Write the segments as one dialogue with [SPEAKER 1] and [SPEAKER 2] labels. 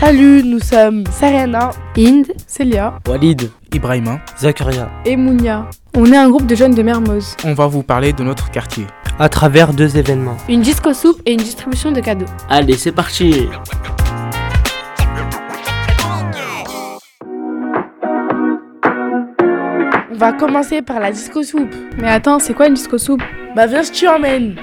[SPEAKER 1] Salut, nous sommes Sarena,
[SPEAKER 2] Inde,
[SPEAKER 1] Célia
[SPEAKER 3] Walid,
[SPEAKER 4] Ibrahima,
[SPEAKER 3] Zakaria,
[SPEAKER 1] et Mounia.
[SPEAKER 2] on est un groupe de jeunes de Mermoz.
[SPEAKER 4] on va vous parler de notre quartier.
[SPEAKER 3] à travers deux événements.
[SPEAKER 2] Une disco soupe et une distribution de cadeaux.
[SPEAKER 5] Allez, c'est parti
[SPEAKER 1] On va commencer par la disco soupe.
[SPEAKER 2] Mais attends, c'est quoi une disco soupe
[SPEAKER 1] Bah viens, je t'y emmène.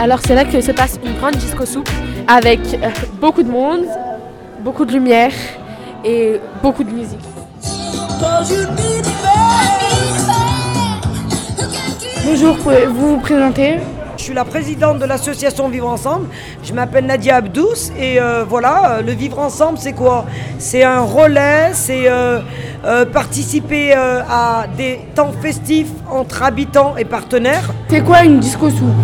[SPEAKER 2] Alors c'est là que se passe une grande disco soupe.
[SPEAKER 6] avec euh, beaucoup de monde, beaucoup de lumière et beaucoup de musique.
[SPEAKER 1] Bonjour, pouvez-vous vous présenter
[SPEAKER 7] Je suis la présidente de l'association Vivre Ensemble. Je m'appelle Nadia Abdous et euh, voilà, euh, le Vivre Ensemble, c'est quoi C'est un relais, c'est euh, euh, participer euh, à des temps festifs entre habitants et partenaires.
[SPEAKER 1] C'est quoi une disco soupe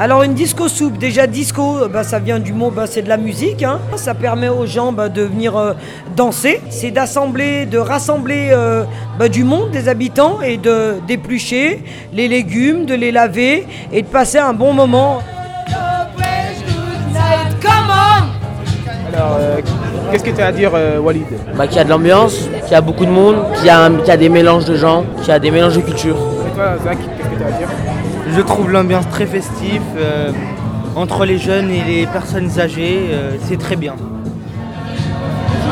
[SPEAKER 7] Alors une disco soupe, déjà disco, euh, bah, ça vient du mot, bah, c'est de la musique. hein. Ça permet aux gens bah, de venir euh, danser. C'est d'assembler, de rassembler euh, bah, du monde, des habitants et de d'éplucher les légumes, de les laver et de passer un bon moment.
[SPEAKER 8] Alors, euh, qu'est-ce que tu as à dire, euh, Walid
[SPEAKER 5] Bah, qu'il y a de l'ambiance, qu'il y a beaucoup de monde, qu'il y, a un- qu'il y a des mélanges de gens, qu'il y a des mélanges de cultures.
[SPEAKER 8] Et toi, Zach, qu'est-ce que tu as à dire
[SPEAKER 3] Je trouve l'ambiance très festive euh, entre les jeunes et les personnes âgées, euh, c'est très bien.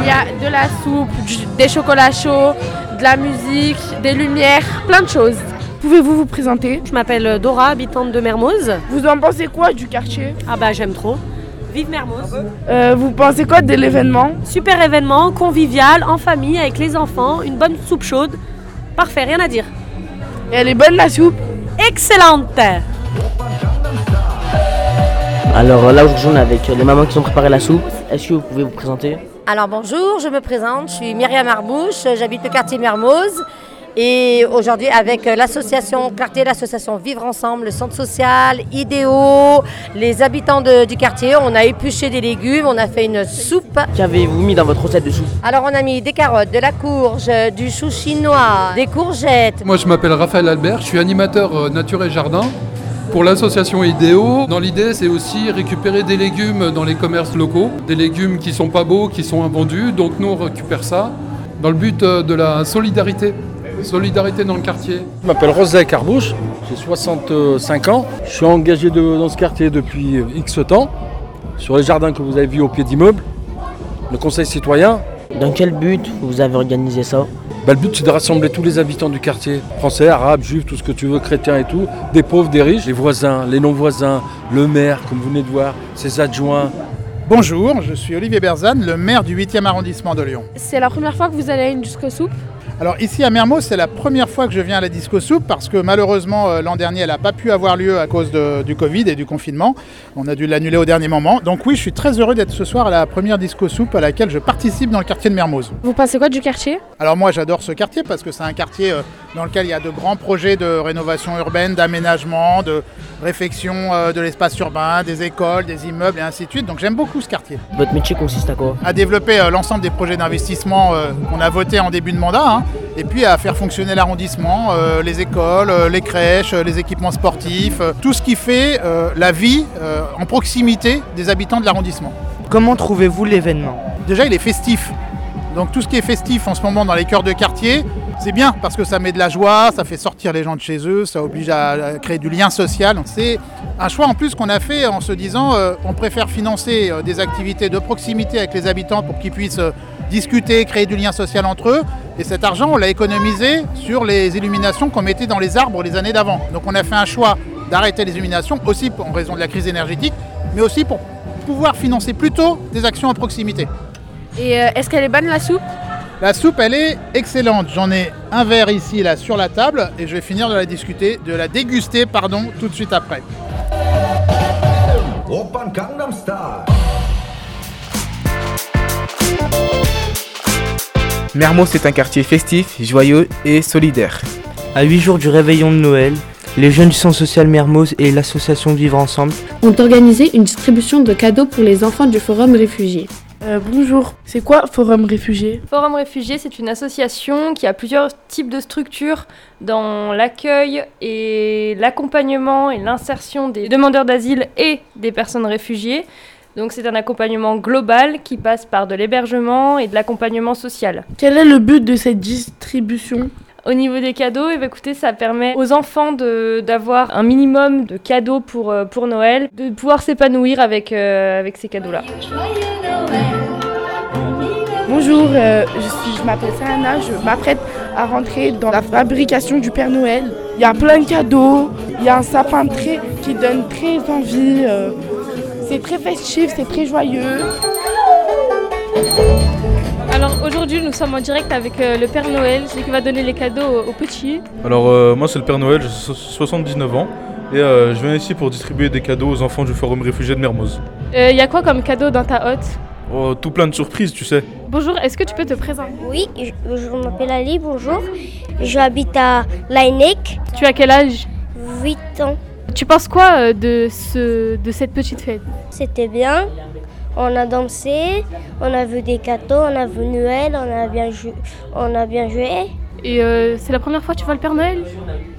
[SPEAKER 6] Il y a de la soupe, du- des chocolats chauds, de la musique, des lumières, plein de choses.
[SPEAKER 1] Pouvez-vous vous présenter
[SPEAKER 9] Je m'appelle Dora, habitante de Mermoz.
[SPEAKER 1] Vous en pensez quoi du quartier
[SPEAKER 9] Ah bah j'aime trop. Vive Mermoz.
[SPEAKER 1] Euh, Vous pensez quoi de l'événement
[SPEAKER 9] Super événement, convivial, en famille, avec les enfants, une bonne soupe chaude. Parfait, rien à dire.
[SPEAKER 1] Et Elle est bonne la soupe
[SPEAKER 9] Excellente
[SPEAKER 5] Alors là, aujourd'hui, on est avec euh, les mamans qui ont préparé la soupe. Est-ce que vous pouvez vous présenter
[SPEAKER 10] Alors bonjour, je me présente, je suis Myriam Arbouche, j'habite le quartier Mermoz et aujourd'hui avec l'association quartier, l'association Vivre Ensemble, le centre social, Idéo, les habitants de- du quartier, on a épluché des légumes, on a fait une soupe.
[SPEAKER 5] Qu'avez-vous mis dans votre recette de soupe
[SPEAKER 10] Alors on a mis des carottes, de la courge, du chou chinois, des courgettes.
[SPEAKER 11] Moi, je m'appelle Raphaël Albert, je suis animateur euh, nature et jardin pour l'association Idéo. Dans l'idée, c'est aussi récupérer des légumes dans les commerces locaux, des légumes qui sont pas beaux, qui sont invendus, donc nous on récupère ça dans le but euh, de la solidarité, solidarité dans le quartier.
[SPEAKER 8] Je m'appelle Rosaï Carbouche, j'ai 65 ans. Je suis engagé de- dans ce quartier depuis euh, X temps, sur les jardins que vous avez vus au pied d'immeuble, le conseil citoyen.
[SPEAKER 5] Dans quel but vous avez organisé ça
[SPEAKER 8] Bah, le but, c'est de rassembler tous les habitants du quartier, français, arabes, juifs, tout ce que tu veux, chrétiens et tout, des pauvres, des riches, les voisins, les non-voisins, le maire, comme vous venez de voir, ses adjoints.
[SPEAKER 11] Bonjour, je suis Olivier Berzane, le maire du 8e arrondissement de Lyon.
[SPEAKER 6] C'est la première fois que vous allez à une disco soupe.
[SPEAKER 11] Alors ici à Mermoz, c'est la première fois que je viens à la Disco Soupe parce que malheureusement euh, l'an dernier elle n'a pas pu avoir lieu à cause de- du Covid et du confinement. On a dû l'annuler au dernier moment. Donc oui, je suis très heureux d'être ce soir à la première Disco Soupe à laquelle je participe dans le quartier de Mermoz.
[SPEAKER 6] Vous pensez quoi du quartier
[SPEAKER 11] Alors moi j'adore ce quartier parce que c'est un quartier euh, dans lequel il y a de grands projets de rénovation urbaine, d'aménagement, de réfection euh, de l'espace urbain, des écoles, des immeubles et ainsi de suite. Donc j'aime beaucoup ce quartier
[SPEAKER 5] Votre métier consiste à quoi
[SPEAKER 11] à développer euh, l'ensemble des projets d'investissement euh, qu'on a votés en début de mandat, hein, et puis à faire fonctionner l'arrondissement, euh, les écoles, euh, les crèches, euh, les équipements sportifs, euh, tout ce qui fait euh, la vie euh, en proximité des habitants de l'arrondissement.
[SPEAKER 3] Comment trouvez-vous l'événement
[SPEAKER 11] Déjà, il est festif. Donc tout ce qui est festif en ce moment dans les cœurs de quartier, c'est bien parce que ça met de la joie, ça fait sortir les gens de chez eux, ça oblige à à créer du lien social. C'est un choix en plus qu'on a fait en se disant euh, on préfère financer euh, des activités de proximité avec les habitants pour qu'ils puissent euh, discuter, créer du lien social entre eux. Et cet argent, on l'a économisé sur les illuminations qu'on mettait dans les arbres les années d'avant. Donc on a fait un choix d'arrêter les illuminations aussi en raison de la crise énergétique, mais aussi pour pouvoir financer plutôt des actions à proximité.
[SPEAKER 6] Et euh, est-ce qu'elle est bonne la soupe
[SPEAKER 11] La soupe, elle est excellente. J'en ai un verre ici, là, sur la table, et je vais finir de la discuter, de la déguster, pardon, tout de suite après.
[SPEAKER 4] Mermoz est un quartier festif, joyeux et solidaire.
[SPEAKER 3] À 8 jours du réveillon de Noël, les jeunes du Centre social Mermoz et l'association Vivre Ensemble
[SPEAKER 2] Ont organisé une distribution de cadeaux pour les enfants du Forum réfugiés.
[SPEAKER 1] Euh, bonjour, c'est quoi Forum Réfugiés
[SPEAKER 10] Forum Réfugiés, c'est une association qui a plusieurs types de structures dans l'accueil et l'accompagnement et l'insertion des demandeurs d'asile et des personnes réfugiées. Donc c'est un accompagnement global qui passe par de l'hébergement et de l'accompagnement social.
[SPEAKER 1] Quel est le but de cette distribution
[SPEAKER 10] Au niveau des cadeaux, eh ben, écoutez, ça permet aux enfants de- d'avoir un minimum de cadeaux pour, euh, pour Noël, de pouvoir s'épanouir avec, euh, avec ces cadeaux-là.
[SPEAKER 1] Bonjour, euh, je, suis- je m'appelle Sana, je m'apprête à rentrer dans la fabrication du Père Noël. Il y a plein de cadeaux, il y a un sapin très, qui donne très envie. euh, c'est très festif, c'est très joyeux.
[SPEAKER 12] Alors aujourd'hui, nous sommes en direct avec euh, le Père Noël, celui qui va donner les cadeaux aux- aux petits.
[SPEAKER 13] Alors euh, moi c'est le Père Noël, j'ai so- 79 ans et euh, je viens ici pour distribuer des cadeaux aux enfants du forum réfugié de Mermoz.
[SPEAKER 12] Euh, Il y a quoi comme cadeau dans ta hotte
[SPEAKER 13] Oh, tout plein de surprises tu sais.
[SPEAKER 12] Bonjour, est-ce que tu peux te présenter
[SPEAKER 14] Oui, je, je m'appelle Ali, bonjour. J'habite à Lainec.
[SPEAKER 12] Tu as quel âge
[SPEAKER 14] 8 ans.
[SPEAKER 12] Tu penses quoi euh, de, ce, de cette petite fête
[SPEAKER 14] C'était bien. On a dansé, on a vu des cadeaux, on a vu Noël, on a bien, jou- on a bien joué.
[SPEAKER 12] Et euh, c'est la première fois que tu vois le Père Noël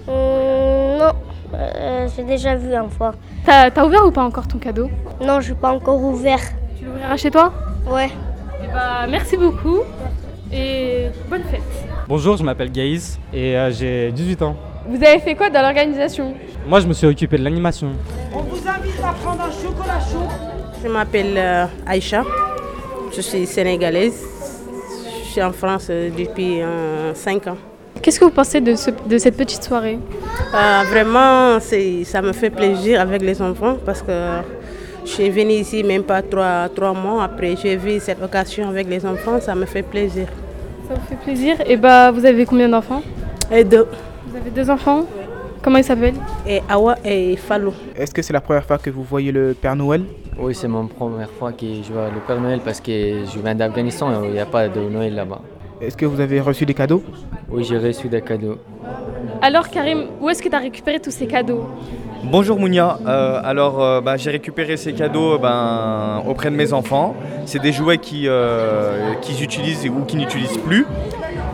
[SPEAKER 14] Hum, non, euh, j'ai déjà vu une fois.
[SPEAKER 12] T'as t'as ouvert ou pas encore ton cadeau
[SPEAKER 14] Non, je n'ai pas encore ouvert.
[SPEAKER 12] Tu l'ouvriras chez toi
[SPEAKER 14] Ouais.
[SPEAKER 12] Eh bah, Merci beaucoup et bonne fête.
[SPEAKER 15] Bonjour, je m'appelle Gaïs et euh, j'ai 18 ans.
[SPEAKER 6] Vous avez fait quoi dans l'organisation
[SPEAKER 15] Moi, je me suis occupé de l'animation.
[SPEAKER 7] On vous invite à prendre un chocolat chaud.
[SPEAKER 16] Je m'appelle euh, Aïcha, je suis sénégalaise, je suis en France euh, depuis 5 ans.
[SPEAKER 12] Qu'est-ce que vous pensez de, ce- de cette petite soirée
[SPEAKER 16] Euh, vraiment, c'est- ça me fait plaisir avec les enfants parce que je suis venue ici même pas trois, trois mois. Après, j'ai vu cette occasion avec les enfants, ça me fait plaisir.
[SPEAKER 12] Ça vous fait plaisir Et bah, vous avez combien d'enfants
[SPEAKER 16] Et deux.
[SPEAKER 12] Vous avez deux enfants Comment ils s'appellent
[SPEAKER 16] Et Awa et Fallou.
[SPEAKER 3] Est-ce que c'est la première fois que vous voyez le Père Noël
[SPEAKER 17] Oui, c'est mon première fois que je vois le Père Noël parce que je viens d'Afghanistan et il n'y a pas de Noël là-bas.
[SPEAKER 3] Est-ce que vous avez reçu des cadeaux
[SPEAKER 17] Oui, j'ai reçu des cadeaux.
[SPEAKER 12] Alors Karim, où est-ce que tu as récupéré tous ces cadeaux
[SPEAKER 18] Bonjour Mounia, Euh, alors euh, bah, j'ai récupéré ces cadeaux euh, ben, auprès de mes enfants. C'est des jouets qui, euh, qu'ils utilisent ou qu'ils n'utilisent plus.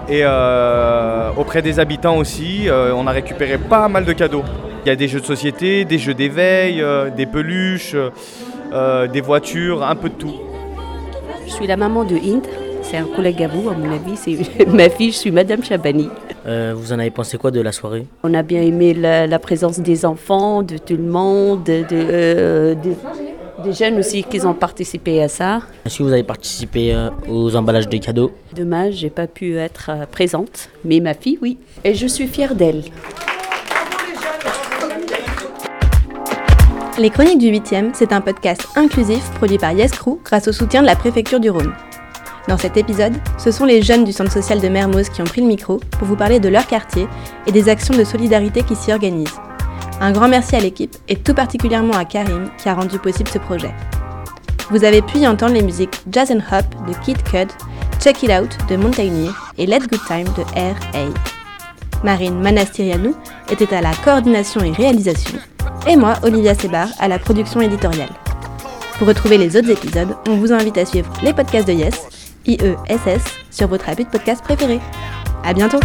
[SPEAKER 18] Et euh, auprès des habitants aussi, euh, on a récupéré pas mal de cadeaux. Il y a des jeux de société, des jeux d'éveil, euh, des peluches, euh, des voitures, un peu de tout.
[SPEAKER 19] Je suis la maman de Hind. C'est un collègue à vous, à mon avis. C'est ma fille, je suis Madame Chabani.
[SPEAKER 20] Euh, vous en avez pensé quoi de la soirée
[SPEAKER 19] On a bien aimé la, la présence des enfants, de tout le monde, de, euh, des- des jeunes aussi qui ont participé à ça.
[SPEAKER 20] Est-ce que vous avez participé euh, aux emballages des cadeaux
[SPEAKER 19] Dommage, j'ai pas pu être euh, présente, mais ma fille, oui. Et je suis fière d'elle.
[SPEAKER 9] Les Chroniques du 8e, c'est un podcast inclusif produit par Yes Crew grâce au soutien de la préfecture du Rhône. Dans cet épisode, ce sont les jeunes du centre social de Mermoz qui ont pris le micro pour vous parler de leur quartier et des actions de solidarité qui s'y organisent. Un grand merci à l'équipe et tout particulièrement à Karim qui a rendu possible ce projet. Vous avez pu y entendre les musiques Jazz and Hop de Kid Cud, Check It Out de Montagnier et Let Good Time de R.A. Marine Manastirianou était à la coordination et réalisation, et moi, Olivia Sebar, à la production éditoriale. Pour retrouver les autres épisodes, on vous invite à E suivre les podcasts de Yes, IESS, sur votre appui de podcast préféré. À bientôt!